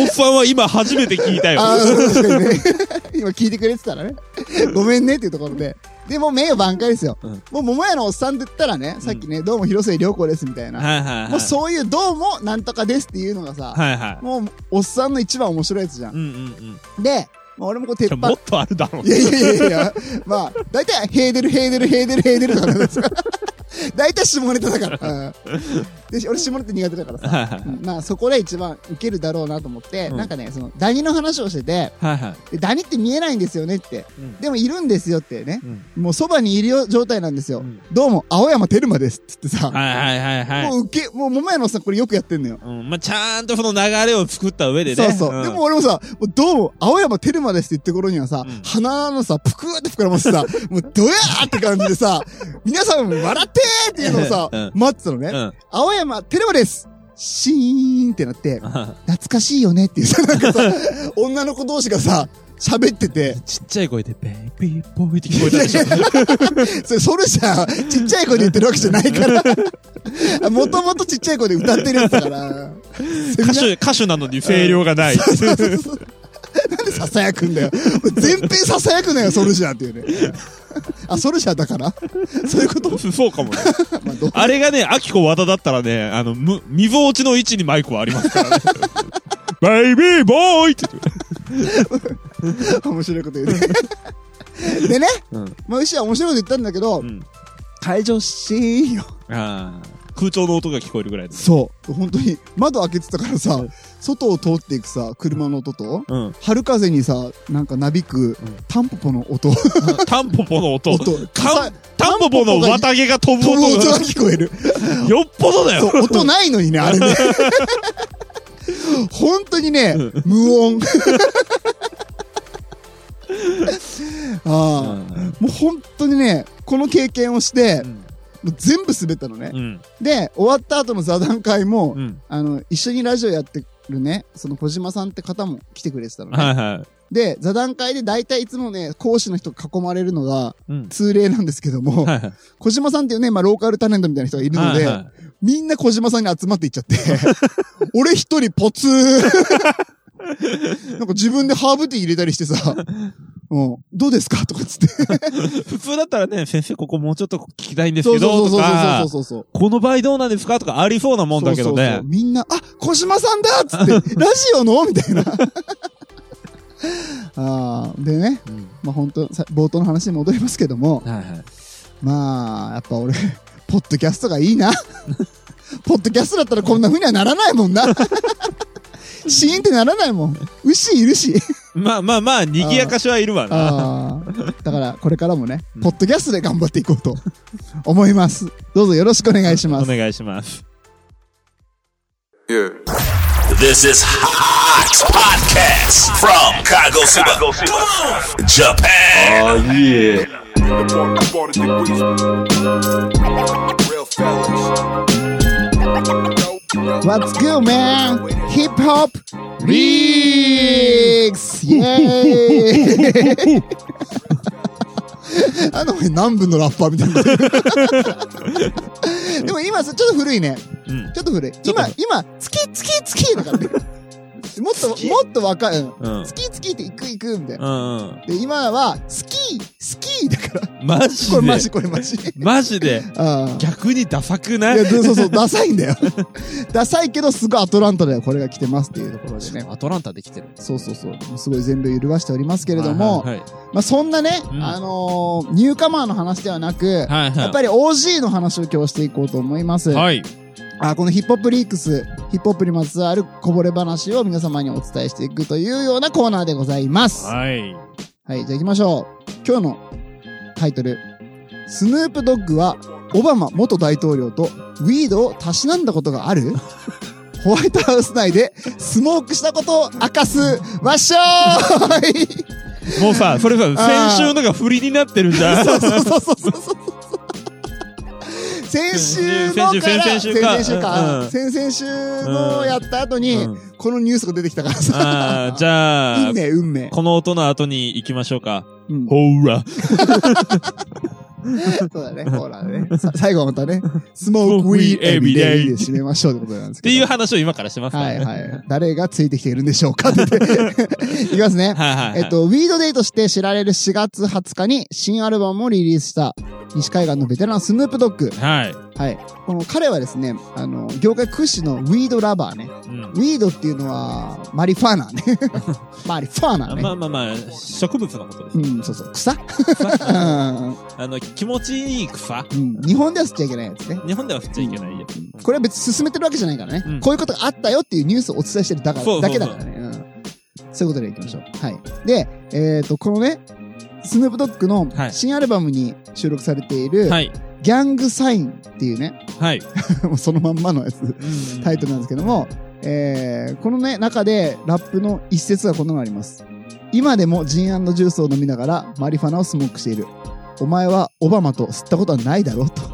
[SPEAKER 1] おっさんは今初めて聞いたよ。
[SPEAKER 2] ああ、確かにね。今聞いてくれてたらね。ごめんねっていうところで。でもう名誉挽回ですよ。
[SPEAKER 1] うん
[SPEAKER 2] もう桃屋のおっさんって言ったらね、さっきね、どうも広末涼子ですみたいな。
[SPEAKER 1] はいはいはい。
[SPEAKER 2] もうそういうどうもなんとかですっていうのがさ、
[SPEAKER 1] はいは
[SPEAKER 2] もうおっさんの一番面白いやつじゃ。
[SPEAKER 1] い。うんんうん
[SPEAKER 2] で、まあ、俺もこう鉄
[SPEAKER 1] うん。
[SPEAKER 2] 板
[SPEAKER 1] もっ。とあるだろう
[SPEAKER 2] い。やいやいやいや、まあ、大体、ヘーデル、ヘーデル、ヘーデル、ヘーデルとかなんですよ 大体下ネタ だから。うん、で俺下ネタ苦手だからさ。
[SPEAKER 1] はいはい
[SPEAKER 2] うんまあそこで一番ウケるだろうなと思って、
[SPEAKER 1] うん
[SPEAKER 2] なんかね、その、ダニの話をしてて、
[SPEAKER 1] はいはい。
[SPEAKER 2] でダニって見えないんですよねって、
[SPEAKER 1] うん
[SPEAKER 2] でもいるんですよってね、
[SPEAKER 1] うん
[SPEAKER 2] もうそばにいるよ状態なんですよ、
[SPEAKER 1] うん
[SPEAKER 2] どうも青山テルマですって言ってさ、
[SPEAKER 1] はいはいはいはい。
[SPEAKER 2] もう受けもう桃屋のおっさんこれよくやってんのよ、
[SPEAKER 1] うん、まあ、ちゃんとその流れを作った上でね。
[SPEAKER 2] そうそう、
[SPEAKER 1] ん
[SPEAKER 2] でも、俺もさもうどうも青山テルマですって言って頃にはさ、
[SPEAKER 1] うん
[SPEAKER 2] 鼻のさぷくーって膨らませて さもうドヤーって感じでさ皆さん笑ってーっていうのをさ、
[SPEAKER 1] うん
[SPEAKER 2] 待ってたのね、
[SPEAKER 1] うん。
[SPEAKER 2] 青山テルマですシーンってなって懐かしいよねっていうさなん かさ女の子同士がさ喋ってて
[SPEAKER 1] ちっちゃい声で、ベイビーボーイって聞こえたでしょ。
[SPEAKER 2] それ、それじゃ、ちっちゃい子で言ってるわけじゃな いから。もともとちっちゃい子で歌ってるやつ だから。
[SPEAKER 1] 歌手、歌手なのに声量がない。
[SPEAKER 2] なんでささやくんだよ。全編ささやくなよ、ソルジャーっていうね。あ、ソルジャーだからそういうこと
[SPEAKER 1] そうかもね。
[SPEAKER 2] まあ、どう
[SPEAKER 1] あれがね、アキコ和田だったらね、あの、む、溝落ちの位置にマイクはありますから ね。ベイビーボーイって言って
[SPEAKER 2] 面白いこと言うね。でね、
[SPEAKER 1] うん
[SPEAKER 2] まあ、牛は面白いこと言ったんだけど、
[SPEAKER 1] うん。
[SPEAKER 2] 会場シーンよ。
[SPEAKER 1] ああ。空調の音が聞こえるぐらいです。
[SPEAKER 2] そう。本当に、窓開けてたからさ、外を通っていくさ、車の音と、
[SPEAKER 1] うん。
[SPEAKER 2] 春風にさ、なんかなびく、タンポポの音。
[SPEAKER 1] タンポポの音。
[SPEAKER 2] 音
[SPEAKER 1] かんタンポポの綿毛が飛ぶ
[SPEAKER 2] この
[SPEAKER 1] 音
[SPEAKER 2] 音
[SPEAKER 1] が
[SPEAKER 2] が聞こえる。
[SPEAKER 1] よっぽ どだ
[SPEAKER 2] そ
[SPEAKER 1] よ。
[SPEAKER 2] う、音ないのにね、あれね。 本当にね、無 音。
[SPEAKER 1] う
[SPEAKER 2] ああ、
[SPEAKER 1] ん
[SPEAKER 2] もう本当にね、この経験をして、もう全部滑ったのね
[SPEAKER 1] う。ん。
[SPEAKER 2] で、終わった後の座談会も、
[SPEAKER 1] うん。
[SPEAKER 2] あの、一緒にラジオやってるね、その小島さんって方も来てくれてたのね。
[SPEAKER 1] はいは
[SPEAKER 2] で、座談会で大体いつもね、講師の人囲まれるのが
[SPEAKER 1] い。うん。
[SPEAKER 2] 通例なんですけども、
[SPEAKER 1] はいはい。
[SPEAKER 2] 小島さんっていうね、まあローカルタレントみたいな人がいるので、
[SPEAKER 1] はいはい
[SPEAKER 2] みんな小島さんに集まっていっち ゃって。俺一人ポツー なんか自分でハーブティー入れたりしてさ、うん、どうですかとかっつって。
[SPEAKER 1] 普通だったらね、先生ここもうちょっと聞きたいんです
[SPEAKER 2] そう
[SPEAKER 1] け
[SPEAKER 2] そう
[SPEAKER 1] ど、と
[SPEAKER 2] そう
[SPEAKER 1] か、
[SPEAKER 2] そうそうそう。
[SPEAKER 1] この場合どうなんですかとかありそうなもんだけど
[SPEAKER 2] そうそうそ
[SPEAKER 1] ね
[SPEAKER 2] う。みんな、あ、小島さんだっ つって、ラジオのみたいな。 ああ、でね、
[SPEAKER 1] うん
[SPEAKER 2] まあ本当さ冒頭の話に戻りますけども、
[SPEAKER 1] はいはい。
[SPEAKER 2] まあ、やっぱ俺、ポッドキャストがいいな。 ポッドキャストだったらこんな風にはならないもんな。 シーンってならないもん。牛いるし。
[SPEAKER 1] まあまあまあ、賑やかしはいるわな。
[SPEAKER 2] あーだから、これからもね、
[SPEAKER 1] うん
[SPEAKER 2] ポッドキャストで頑張っていこうと思います。どうぞよろしくお願いしま
[SPEAKER 1] お
[SPEAKER 2] す。
[SPEAKER 1] 願いします。
[SPEAKER 3] This is Hot Podcast from Kagoshima, Japan.
[SPEAKER 4] Oh yeah.
[SPEAKER 5] Real fellas.
[SPEAKER 2] What's good, man? Hip Hop Leaks! イェーイ あの、南部のラッパーみたい な。でも今さ、ちょっと古いね。
[SPEAKER 1] うん。
[SPEAKER 2] ちょっと古
[SPEAKER 1] ょ
[SPEAKER 2] い。
[SPEAKER 1] っと
[SPEAKER 2] 今、今、月、月、月だから ね。もっと、も
[SPEAKER 1] 月
[SPEAKER 2] っと若い。うん
[SPEAKER 1] うん。
[SPEAKER 2] 月、月って行く行くみたいな。
[SPEAKER 1] うん。
[SPEAKER 2] で、今は、スキー、スキーだから。
[SPEAKER 1] マジで
[SPEAKER 2] これマジ、これマジ。
[SPEAKER 1] マジで
[SPEAKER 2] ああ。
[SPEAKER 1] 逆にダサくないい
[SPEAKER 2] や、でそうそう、ダサいんだよ。 ダサいけど、すごいアトランタではこれが来てますっていうところでね。
[SPEAKER 1] アトランタできてる。
[SPEAKER 2] そうそうそう。すごい全米揺るがしておりますけれども、
[SPEAKER 1] はいはい
[SPEAKER 2] まあそんなね、
[SPEAKER 1] うん
[SPEAKER 2] あのーニューカマーの話ではなく、
[SPEAKER 1] はい。はいはい
[SPEAKER 2] やっぱり OG の話を今日していこうと思います。
[SPEAKER 1] はい。
[SPEAKER 2] あこのヒップホップリークス、ヒップホップにまつわるこぼれ話を皆様にお伝えしていくというようなコーナーでございます。は
[SPEAKER 1] はい。
[SPEAKER 2] い、じゃあ行きましょう。今日のタイトル。スヌープドッグはオバマ元大統領とウィードをたしなんだこと があるホワイトハウス内でスモークしたことを明かすわっしょ ーい
[SPEAKER 1] もうさ、それさ、
[SPEAKER 2] あー
[SPEAKER 1] 先週のが振りになってるじゃん。
[SPEAKER 2] そうそうそうそうそうそう。先週のから
[SPEAKER 1] 先週先々週か
[SPEAKER 2] 先々週か
[SPEAKER 1] うん
[SPEAKER 2] 先々週のやった後に、
[SPEAKER 1] うん
[SPEAKER 2] このニュースが出てきたからさ。
[SPEAKER 1] あーじゃあ
[SPEAKER 2] 運、命、運命。
[SPEAKER 1] この音の後に行きましょうか。
[SPEAKER 2] うん
[SPEAKER 1] ほら。
[SPEAKER 2] そうだね、ほらね。さ最後はまたね、スモークウィーエビデイで締めましょうってことなんです
[SPEAKER 1] って
[SPEAKER 2] けど。
[SPEAKER 1] いう話を今からしてますから
[SPEAKER 2] は
[SPEAKER 1] ね。
[SPEAKER 2] いはい。誰がついてきているんでしょう かって言って。いきます
[SPEAKER 1] はい
[SPEAKER 2] ね。
[SPEAKER 1] はいはい。
[SPEAKER 2] えっ、と、ウィードデイとして知られる4月20日に新アルバムをリリースした西海岸のベテランスヌープドッグ。
[SPEAKER 1] はい。
[SPEAKER 2] はい。この彼はですね、あの、業界屈指のウィードラバーね。
[SPEAKER 1] うん
[SPEAKER 2] ウィードっていうのは、マリファーナね。 マリファーナ
[SPEAKER 1] あ
[SPEAKER 2] ね。
[SPEAKER 1] まあまあまあ、植物のことです
[SPEAKER 2] う。ん、そうそう。草
[SPEAKER 1] あの、気持ちいい草。
[SPEAKER 2] うん。日本では吸っちゃいけないやつね。
[SPEAKER 1] 日本では振っちゃいけないよ。
[SPEAKER 2] これは別に進めてるわけじゃないからね。
[SPEAKER 1] うん
[SPEAKER 2] こういうことがあったよっていうニュースをお伝えしてるだから
[SPEAKER 1] そうそうそう
[SPEAKER 2] だけだからね。うん。そういうことでいきましょう。はい。で、えっ、と、このね、スヌープドッグの
[SPEAKER 1] はい
[SPEAKER 2] 新アルバムに収録されている、
[SPEAKER 1] はい。
[SPEAKER 2] ギャングサインっていうね、
[SPEAKER 1] はい。
[SPEAKER 2] もうそのまんまのやつ。タイトルなんですけども、えーこのね、中でラップの一節がこんなのあります。今でもジンジュースを飲みながらマリファナをスモークしている。お前はオバマと吸ったことはないだろ うと。こ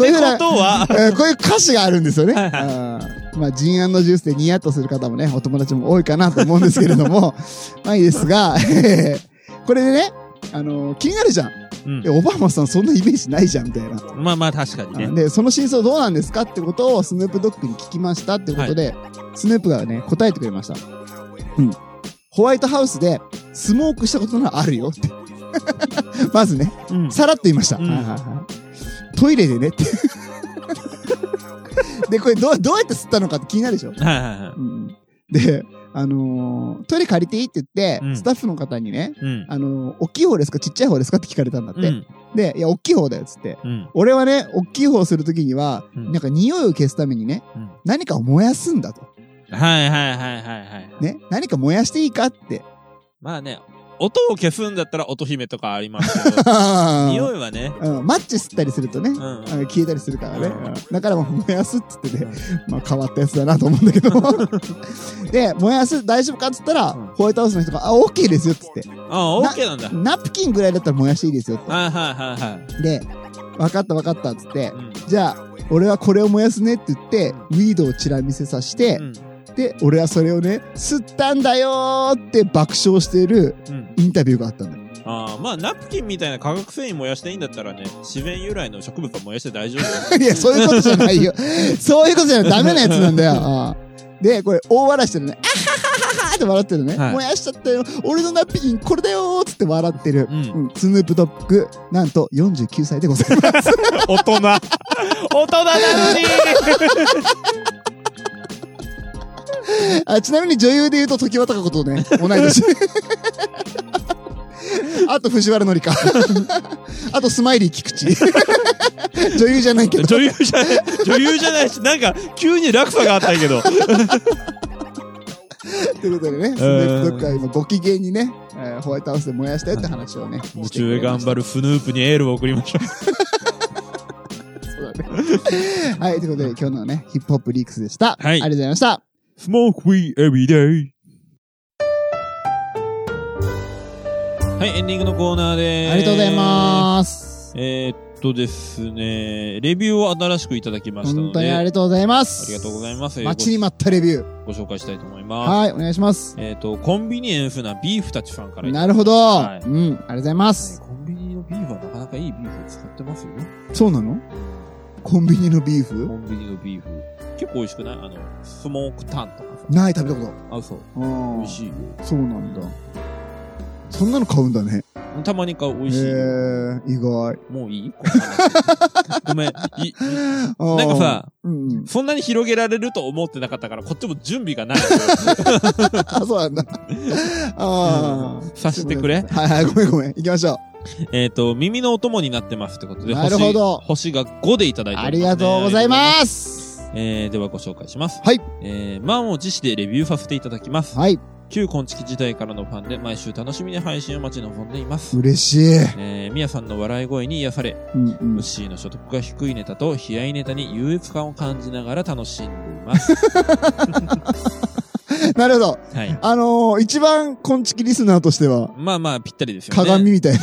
[SPEAKER 2] ういうふうな
[SPEAKER 1] ってことは、
[SPEAKER 2] えーこういう歌詞があるんですよね。
[SPEAKER 1] はいはい
[SPEAKER 2] うんまあ、ジンジュースでニヤッとする方もね、お友達も多いかなと思うんですけれども、 まあいいですが、 えーこれでね、あのー気になるじゃん。
[SPEAKER 1] うん
[SPEAKER 2] えオバマさんそんなイメージないじゃん、みたいな。
[SPEAKER 1] まあまあ確かにね。
[SPEAKER 2] で、その真相どうなんですかってことをスヌープドッグに聞きましたってことで、スヌープがね、答えてくれました。うん。ホワイトハウスでスモークしたことならあるよって。 まずね、
[SPEAKER 1] うん
[SPEAKER 2] さらっと言いました。
[SPEAKER 1] うん
[SPEAKER 2] はいはいはいトイレでね って。で、これどうどうやって吸ったのかって気になるでしょ。
[SPEAKER 1] はいはいはい。
[SPEAKER 2] うん、で、あのートイレ借りていいって言って、
[SPEAKER 1] うん
[SPEAKER 2] スタッフの方にね、
[SPEAKER 1] うん。
[SPEAKER 2] あのー大きい方ですかちっちゃい方ですかって聞かれたんだって。
[SPEAKER 1] うん。
[SPEAKER 2] で、いや、大きい方だよっつって。
[SPEAKER 1] うん。
[SPEAKER 2] 俺はね、大きい方をするときには、
[SPEAKER 1] うん
[SPEAKER 2] なんか匂いを消すためにね、
[SPEAKER 1] うん
[SPEAKER 2] 何かを燃やすんだと。
[SPEAKER 1] はいはいはいはいはい。
[SPEAKER 2] ね、何か燃やしていいかって。、
[SPEAKER 1] まあね、音を消すんだったら音姫とかありますけど匂いはね。
[SPEAKER 2] うん、マッチ吸ったりするとね、
[SPEAKER 1] うん。うん
[SPEAKER 2] あの消えたりするからね。
[SPEAKER 1] うん
[SPEAKER 2] うんだからもう燃やすっつってね、まあ変わったやつだなと思うんだけ ど。で、燃やす大丈夫かっつったら、
[SPEAKER 1] うん
[SPEAKER 2] ホワイトハウスの人が、あ、OK ですよっつって。
[SPEAKER 1] あ、オッケーなんだ。
[SPEAKER 2] ナプキンぐらいだったら燃やしていいですよっ
[SPEAKER 1] はいはいはいはい。
[SPEAKER 2] て。で、分かった分かったっつって、
[SPEAKER 1] うん
[SPEAKER 2] じゃあ、俺はこれを燃やすねって言って、ウィードをチラ見せさせて、
[SPEAKER 1] うん
[SPEAKER 2] で俺はそれをね吸ったんだよーって爆笑している
[SPEAKER 1] うん、
[SPEAKER 2] インタビューがあったんだよ
[SPEAKER 1] あーまあナプキンみたいな化学繊維燃やしていいんだったらね自然由来の植物は燃やして大丈夫
[SPEAKER 2] いやそういうことじゃないよ そういうことじゃないダメなやつな んだよあーでこれ大笑いしてるねあははははって笑ってるね、
[SPEAKER 1] はい
[SPEAKER 2] 燃やしちゃったよ俺のナプキンこれだよーっつって笑ってる、
[SPEAKER 1] うん
[SPEAKER 2] うんスヌープドッグなんと49歳でございます
[SPEAKER 1] 大人大人なのに
[SPEAKER 2] あちなみに女優で言うと常盤貴子とね同い 年あと藤原 紀香あとスマイリー菊池 女優じゃないけど
[SPEAKER 1] 女優じゃない女優じゃないしなんか急に落差があったけど
[SPEAKER 2] ということでね、スネープドッグは今ご機嫌にね、えーホワイトハウスで燃やしたよって話をね、
[SPEAKER 1] 宇宙へ頑張
[SPEAKER 2] る。
[SPEAKER 1] るスヌープにエールを送りましょ
[SPEAKER 2] そうだねはい、ということで今日のね、ヒップホップリークスでした。
[SPEAKER 1] はい
[SPEAKER 2] ありがとうございまし
[SPEAKER 1] う
[SPEAKER 2] た。
[SPEAKER 1] Smoke we every day はいエンディングのコーナーでーす
[SPEAKER 2] ありがとうございます。
[SPEAKER 1] えーっとですねレビューを新しくいただきましたの
[SPEAKER 2] 本当に
[SPEAKER 1] で
[SPEAKER 2] あ
[SPEAKER 1] あ
[SPEAKER 2] りがとうございます。
[SPEAKER 1] りがとうございます
[SPEAKER 2] 待ちに待ったレビュー。
[SPEAKER 1] ご紹介したいと思います。
[SPEAKER 2] はい、お願いします。
[SPEAKER 1] えっ、と、コンビニエンスなビーフたちさんからいただ
[SPEAKER 2] ないるほど、
[SPEAKER 1] はい
[SPEAKER 2] うん、ありがとうございます。
[SPEAKER 1] てコンビニのビーフはなかなかいいビーフを使ってますよね。
[SPEAKER 2] そうなのコンビニのビーフ
[SPEAKER 1] コンビニのビーフ。結構美味しくないあの、スモークタンとかさ。
[SPEAKER 2] ない、食べたこ
[SPEAKER 1] あ、そう。
[SPEAKER 2] と。うん
[SPEAKER 1] 美味しいよ。
[SPEAKER 2] そうなんだ。そんなの買うんだね。
[SPEAKER 1] たまに買う美
[SPEAKER 2] へえ
[SPEAKER 1] 味しいよ。
[SPEAKER 2] ー、意外。
[SPEAKER 1] もういいこの話ごめん。い、な
[SPEAKER 2] なん
[SPEAKER 1] か、さ、
[SPEAKER 2] うんうん、
[SPEAKER 1] そんなに広げられると思ってなかったから、こっちも準備が ない。
[SPEAKER 2] あ、そうなんだ。ああ。
[SPEAKER 1] さしてくれ。
[SPEAKER 2] はいはい、ごめんごめん。行きましょう。
[SPEAKER 1] えっと、耳のお供になってますってことで、
[SPEAKER 2] なるほど
[SPEAKER 1] 星星が5でいただいてお
[SPEAKER 2] あ
[SPEAKER 1] り
[SPEAKER 2] り
[SPEAKER 1] ますね
[SPEAKER 2] がとうございます。
[SPEAKER 1] えー、ではご紹介します。
[SPEAKER 2] はい。
[SPEAKER 1] えー、満を持してレビューさせていただきます。
[SPEAKER 2] はい、
[SPEAKER 1] 旧昆虫時代からのファンで、毎週楽しみに配信を待ち望んでいます。
[SPEAKER 2] 嬉しい。
[SPEAKER 1] えー、みやさんの笑い声に癒され、
[SPEAKER 2] うんうん
[SPEAKER 1] ムッ。シーの所得が低いネタと、悲哀ネタに優越感を感じながら楽しんでいます。
[SPEAKER 2] なるほど。
[SPEAKER 1] はい。
[SPEAKER 2] あのー、一番、こんちきリスナーとしては、
[SPEAKER 1] まあまあ、ぴったりですよね。
[SPEAKER 2] 鏡みたいな。。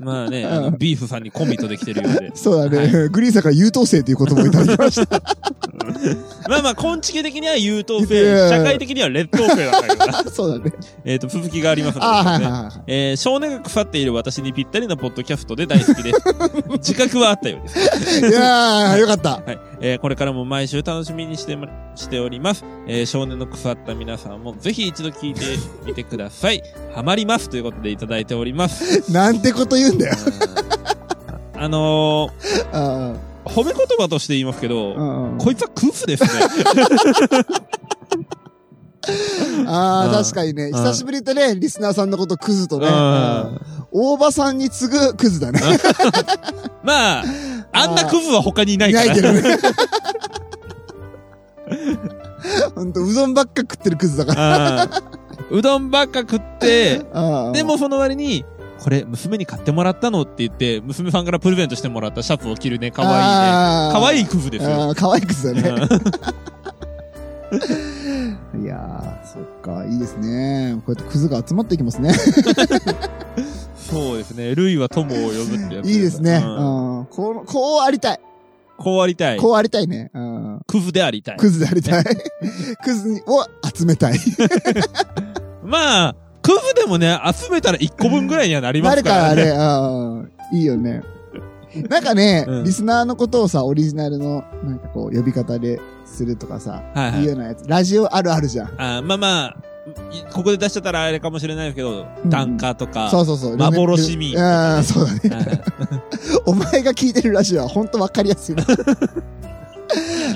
[SPEAKER 1] まあね、あのビーフさんにコミットできてるようで
[SPEAKER 2] そうだね。グリーンさんから優等生という言葉をいただきました。
[SPEAKER 1] まあまあ、昆虫的には優等
[SPEAKER 2] いや
[SPEAKER 1] 生、
[SPEAKER 2] いや
[SPEAKER 1] 社会的には劣等生だったけど な。
[SPEAKER 2] そうだね。
[SPEAKER 1] えっと、続きがありますので、
[SPEAKER 2] ああ、はい
[SPEAKER 1] ね
[SPEAKER 2] はいはい。
[SPEAKER 1] えー少年が腐っている私にぴったりなポッドキャストで大好きです。自覚はあったようです。
[SPEAKER 2] いやー、よかった。
[SPEAKER 1] はい。えーこれからも毎週楽しみにしてま、しております。えー少年の腐った皆さんもぜひ一度聞いてみてください。ハマりますということでいただいております。
[SPEAKER 2] なんてこと言うんだよ。
[SPEAKER 1] うんあの
[SPEAKER 2] あ
[SPEAKER 1] ー褒め言葉として言いますけ
[SPEAKER 2] ーう
[SPEAKER 1] ど、
[SPEAKER 2] んうん
[SPEAKER 1] こいつはクズですね。
[SPEAKER 2] あ
[SPEAKER 1] う
[SPEAKER 2] ー、
[SPEAKER 1] ん
[SPEAKER 2] 確かにね。
[SPEAKER 1] ん
[SPEAKER 2] 久しぶりだね、リスナーさんのことクズとね。
[SPEAKER 1] うん
[SPEAKER 2] うん大場さんに次ぐクズだね。
[SPEAKER 1] まあ、あんなクズは他にいない
[SPEAKER 2] い
[SPEAKER 1] か
[SPEAKER 2] な
[SPEAKER 1] ら。
[SPEAKER 2] いけどね。 ほんと、うどんばっか食ってるクズだから。
[SPEAKER 1] うんうどんばっか食って、
[SPEAKER 2] あー
[SPEAKER 1] で、もその割に、これ娘に買ってもらったのって言って、娘さんからプレゼントしてもらったシャツを着るね、かわいいね。かわい
[SPEAKER 2] い
[SPEAKER 1] いクズですよ。
[SPEAKER 2] あー可愛いクズだね。
[SPEAKER 1] うん
[SPEAKER 2] いやー、そっか、いいですね。こうやってクズが集まっていきますね。
[SPEAKER 1] そうですね。ルイは友を呼ぶってやつ。
[SPEAKER 2] いいですね。
[SPEAKER 1] うん
[SPEAKER 2] うんこう、こうありたい。
[SPEAKER 1] こうありたい。
[SPEAKER 2] こうありたいね。うん
[SPEAKER 1] クズでありたい。
[SPEAKER 2] クズでありたい。 クズを集めたい。
[SPEAKER 1] まあ、クズでもね、集めたら1個分 ぐらいにはなりま
[SPEAKER 2] な
[SPEAKER 1] す
[SPEAKER 2] る
[SPEAKER 1] か
[SPEAKER 2] から
[SPEAKER 1] ら
[SPEAKER 2] あ
[SPEAKER 1] ね。
[SPEAKER 2] れ、うんいいよね。なんかね、
[SPEAKER 1] うん
[SPEAKER 2] リスナーのことをさ、オリジナルの、なんかこう、呼び方でするとかさ、
[SPEAKER 1] はいはい
[SPEAKER 2] いいようなやつ。ラジオあるあるじゃん。
[SPEAKER 1] あーまあまあ、いここで出しちゃったらあれかもしれないですけど、
[SPEAKER 2] うん
[SPEAKER 1] 単価とか。
[SPEAKER 2] そうそうそう。
[SPEAKER 1] 幻民
[SPEAKER 2] うん、そうだね。
[SPEAKER 1] はいはい
[SPEAKER 2] お前が聞いてるラジオは本当わかりやすいな。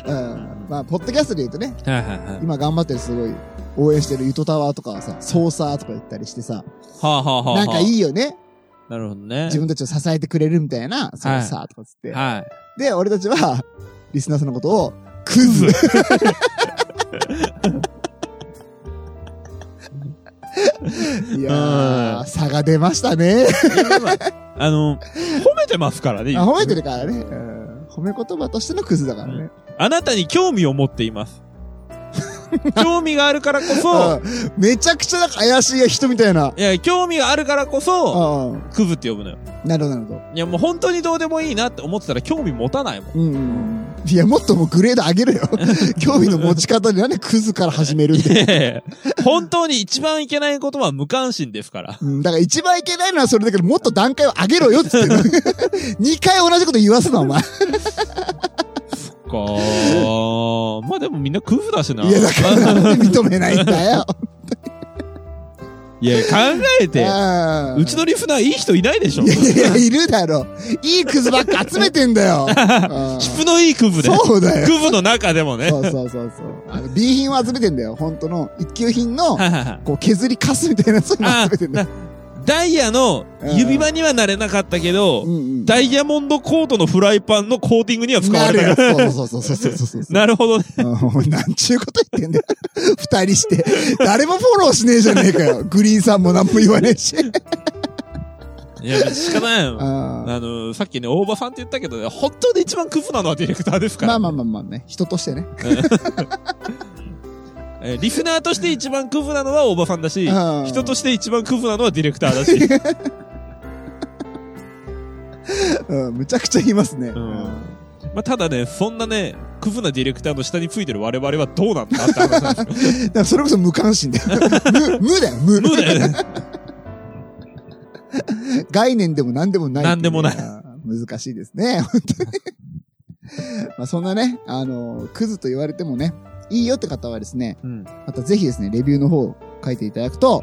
[SPEAKER 2] うん、まあ、ポッドキャストで言うとね、
[SPEAKER 1] はいはいはい。
[SPEAKER 2] 今頑張ってるすごい応援してるゆとタワーとかはさ、ソーサーとか言ったりしてさ、
[SPEAKER 1] はあはあはあはあ。
[SPEAKER 2] なんかいいよね。
[SPEAKER 1] なるほどね。
[SPEAKER 2] 自分たちを支えてくれるみたいな、ソーサーとかつって。
[SPEAKER 1] は
[SPEAKER 2] で、俺たちは、リスナーさんのことを、ク ズいや
[SPEAKER 1] う
[SPEAKER 2] ー、
[SPEAKER 1] ん
[SPEAKER 2] 差が出ましたね。
[SPEAKER 1] い。いやまああの、 褒めてますからね。
[SPEAKER 2] あ褒めて
[SPEAKER 1] る。
[SPEAKER 2] るからね。うん褒め言葉としてのクズだからね。
[SPEAKER 1] あなたに興味を持ってい ます。興味があるからこそ、
[SPEAKER 2] うんめちゃくちゃなんか怪しい人みたいな。
[SPEAKER 1] いや、興味があるからこそ、
[SPEAKER 2] うん
[SPEAKER 1] クズって呼ぶのよ。
[SPEAKER 2] なるほど、なるほど。
[SPEAKER 1] いや、もう本当にどうでもいいなって思ってたら興味持たないもん。
[SPEAKER 2] うんうんうん。いや、もっともうグレード上げるよ。興味の持ち方でなんでクズから始めるん
[SPEAKER 1] い
[SPEAKER 2] だよ。
[SPEAKER 1] やいやいや本当に一番いけないことは無関心です から。
[SPEAKER 2] うん、だから一番いけないのはそれだけど、もっと段階を上げろよっつってる。 二回同じこと言わすな、お前。
[SPEAKER 1] かー。まあでもみんなクズだしな。
[SPEAKER 2] いや、だからなんで認めないんだよ。
[SPEAKER 1] いや考え て、
[SPEAKER 2] あー
[SPEAKER 1] うちのリスナーいい人いないでしょ
[SPEAKER 2] い。やいや、いるだろ。いいクズばっか集めてん だよ。あー
[SPEAKER 1] 質のいいクズで。
[SPEAKER 2] そうだよ。
[SPEAKER 1] クズの中でもね。
[SPEAKER 2] そうそうそうそう。あの B 品を集めてんだよ。本当の一級品 の、
[SPEAKER 1] はいはいはい。
[SPEAKER 2] こう削りカスみたいな、そういうの
[SPEAKER 1] あ
[SPEAKER 2] 集めてんだよ。
[SPEAKER 1] ダイヤの指輪にはなれなかったけど、
[SPEAKER 2] うんうん
[SPEAKER 1] ダイヤモンドコートのフライパンのコーティングには使わ
[SPEAKER 2] な
[SPEAKER 1] れ
[SPEAKER 2] る
[SPEAKER 1] た
[SPEAKER 2] よ。
[SPEAKER 1] から。
[SPEAKER 2] そうそうそうそうそうそうそう。
[SPEAKER 1] なるほ どね。
[SPEAKER 2] うんお前なんちゅうこと言ってんだよ。二人して。誰もフォローしねえじゃねえかよ。グリーンさんも何も言わねえし。
[SPEAKER 1] いや、仕方ないよ。
[SPEAKER 2] あ ー
[SPEAKER 1] あの、さっきね、大場さんって言ったけどね、本当で一番クズなのはディレクターですから。
[SPEAKER 2] まあまあまあまあね。人としてね。
[SPEAKER 1] えーリスナーとして一番クズなのは大場さんだし
[SPEAKER 2] うん、
[SPEAKER 1] 人として一番クズなのはディレクターだし。
[SPEAKER 2] うん、むちゃくちゃ言いますね。
[SPEAKER 1] うんまあ、ただね、そんなね、クズなディレクターの下についてる我々はどうなんだって話なん ですよ。
[SPEAKER 2] だからそれこそ無関心だよ。 無、無だよ、無。
[SPEAKER 1] 無だよね。
[SPEAKER 2] 概念でも何でもない。
[SPEAKER 1] 何でもない。
[SPEAKER 2] 難しいですね、本当に。まあそんなね、あの、クズと言われてもね、いいよって方はですね、
[SPEAKER 1] うん。
[SPEAKER 2] またぜひですね、レビューの方を書いていただくと、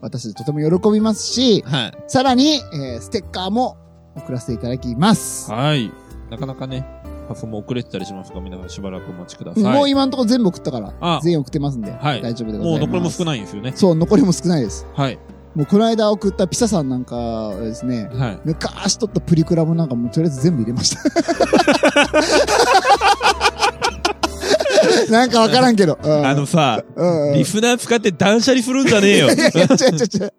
[SPEAKER 2] 私とても喜びますし、
[SPEAKER 1] はい。
[SPEAKER 2] さらに、えーステッカーも送らせていただきます。
[SPEAKER 1] はい。なかなかね、パソも遅れてたりしますが、皆さんしばらくお待ちください。
[SPEAKER 2] もう今のところ全部送ったから
[SPEAKER 1] あ、
[SPEAKER 2] 全員送ってますんで、
[SPEAKER 1] はい
[SPEAKER 2] 大丈夫でござ
[SPEAKER 1] も
[SPEAKER 2] いま
[SPEAKER 1] う
[SPEAKER 2] す。
[SPEAKER 1] 残りも少
[SPEAKER 2] ない。
[SPEAKER 1] ないんですよね。
[SPEAKER 2] そう、残りも少ないです。
[SPEAKER 1] はい。
[SPEAKER 2] もうこの間送ったピサさんなんかはですね、
[SPEAKER 1] はい。
[SPEAKER 2] 昔撮ったプリクラもなんかもうとりあえず全部入れ ました。なんかわからんけど。うん
[SPEAKER 1] あの、さ、
[SPEAKER 2] うんうん
[SPEAKER 1] リスナー使って断捨離するんじゃねえ よ。
[SPEAKER 2] いやいや、違う違う違う。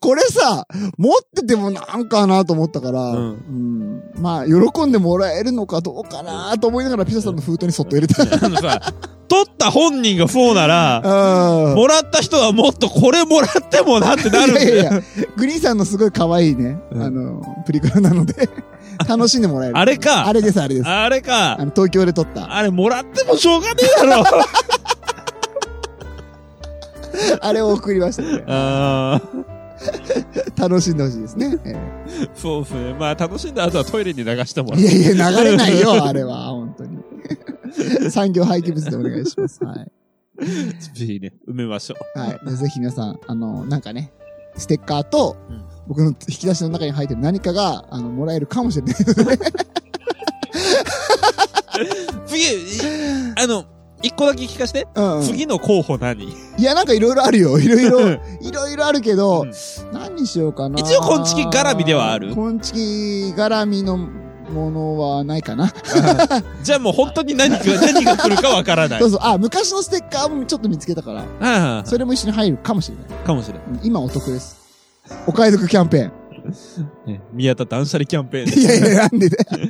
[SPEAKER 2] これさ、持っててもなんかなと思ったから、
[SPEAKER 1] う
[SPEAKER 2] うんんまあ、喜んでもらえるのかどうかなと思いながらピザさんの封筒にそっと入れた。
[SPEAKER 1] あのさ、取った本人がそうなら、
[SPEAKER 2] うん
[SPEAKER 1] もらった人はもっとこれもらってもなってなるん
[SPEAKER 2] いやい
[SPEAKER 1] だ
[SPEAKER 2] や
[SPEAKER 1] よ。
[SPEAKER 2] いや、グリーンさんのすごい可愛いね、
[SPEAKER 1] うん
[SPEAKER 2] あの、プリクラなの で、楽しんでもらえる。
[SPEAKER 1] あれか
[SPEAKER 2] あれです、あれです。
[SPEAKER 1] あれ
[SPEAKER 2] あ
[SPEAKER 1] か。
[SPEAKER 2] の、東京で撮った。
[SPEAKER 1] あれもらってもしょうがねえだろ。
[SPEAKER 2] あれを送りましたね。
[SPEAKER 1] あ
[SPEAKER 2] 楽しんでほしいですね。ええ
[SPEAKER 1] ーそうですね。まあ楽しんだ後はトイレに流してもらう
[SPEAKER 2] い。やいや、流れないよ、あれは、本当に。 産業廃棄物でお願いします。はい。
[SPEAKER 1] ぜひね、埋めましょ
[SPEAKER 2] はい。ぜひ皆さん、あの、なんかね、ステッカーと
[SPEAKER 1] うん、
[SPEAKER 2] 僕の引き出しの中に入ってる何かが、あの、もらえるかもしれ ない。
[SPEAKER 1] う。次、いあの、一個だけ聞かせて。
[SPEAKER 2] うん、うん。
[SPEAKER 1] 次の候補何
[SPEAKER 2] いや、なんかいろいろあるよ。いろいろ、
[SPEAKER 1] う
[SPEAKER 2] いろいろあるけど、
[SPEAKER 1] うん
[SPEAKER 2] 何にしようかな。
[SPEAKER 1] 一応こんちき絡みではある
[SPEAKER 2] こんちき絡みのものはないかな。
[SPEAKER 1] じゃあもう本当に何が、何が来るかわからない
[SPEAKER 2] そ。うそう。あ、昔のステッカーもちょっと見つけたから、
[SPEAKER 1] あ
[SPEAKER 2] それも一緒に入るかもしれない。
[SPEAKER 1] あ、かもしれない。
[SPEAKER 2] うん今お得です。お買い得キャ ンペーン。
[SPEAKER 1] ね宮田断捨離キャンペーン
[SPEAKER 2] いや
[SPEAKER 1] で。
[SPEAKER 2] いや、なんで だよ。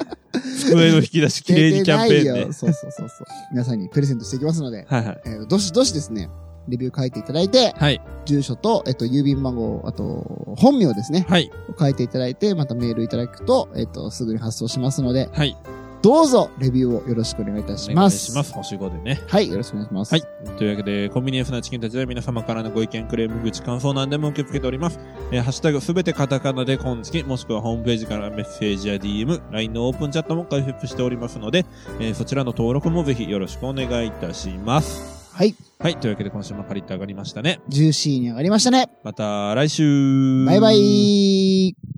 [SPEAKER 1] 机の引き出しきれ いにキャンペ
[SPEAKER 2] 出て
[SPEAKER 1] ーン
[SPEAKER 2] ない
[SPEAKER 1] で
[SPEAKER 2] よ。そうそうそうそう。皆さんにプレゼントしていきますので、
[SPEAKER 1] はいはい。
[SPEAKER 2] えーどしどしですね、レビュー書いていただいて、
[SPEAKER 1] はい。
[SPEAKER 2] 住所と、えっと、郵便番号、あと、本名ですね、
[SPEAKER 1] はい。
[SPEAKER 2] 書いていただいて、またメールいただくと、えっと、すぐに発送しますので、
[SPEAKER 1] はい。
[SPEAKER 2] どうぞ、レビューをよろしくお願いいたし
[SPEAKER 1] お願
[SPEAKER 2] ま
[SPEAKER 1] い
[SPEAKER 2] す。
[SPEAKER 1] します。星5でね。
[SPEAKER 2] はい、よろしくお願いします。
[SPEAKER 1] はい。。というわけで、コンビニエンスなチキンたちでは皆様からのご意見、クレーム、口、感想なんでも受け付けております。えーハッシュタグすべてカタカナで今月、もしくはホームページからメッセージや DM、LINE のオープンチャットも開設しておりますので、えーそちらの登録もぜひよろしくお願いいたします。
[SPEAKER 2] はい、
[SPEAKER 1] はい。というわけで、今週もパリッと上がりましたね。
[SPEAKER 2] ジューシーに上がりましたね。
[SPEAKER 1] また来週
[SPEAKER 2] バイバイ。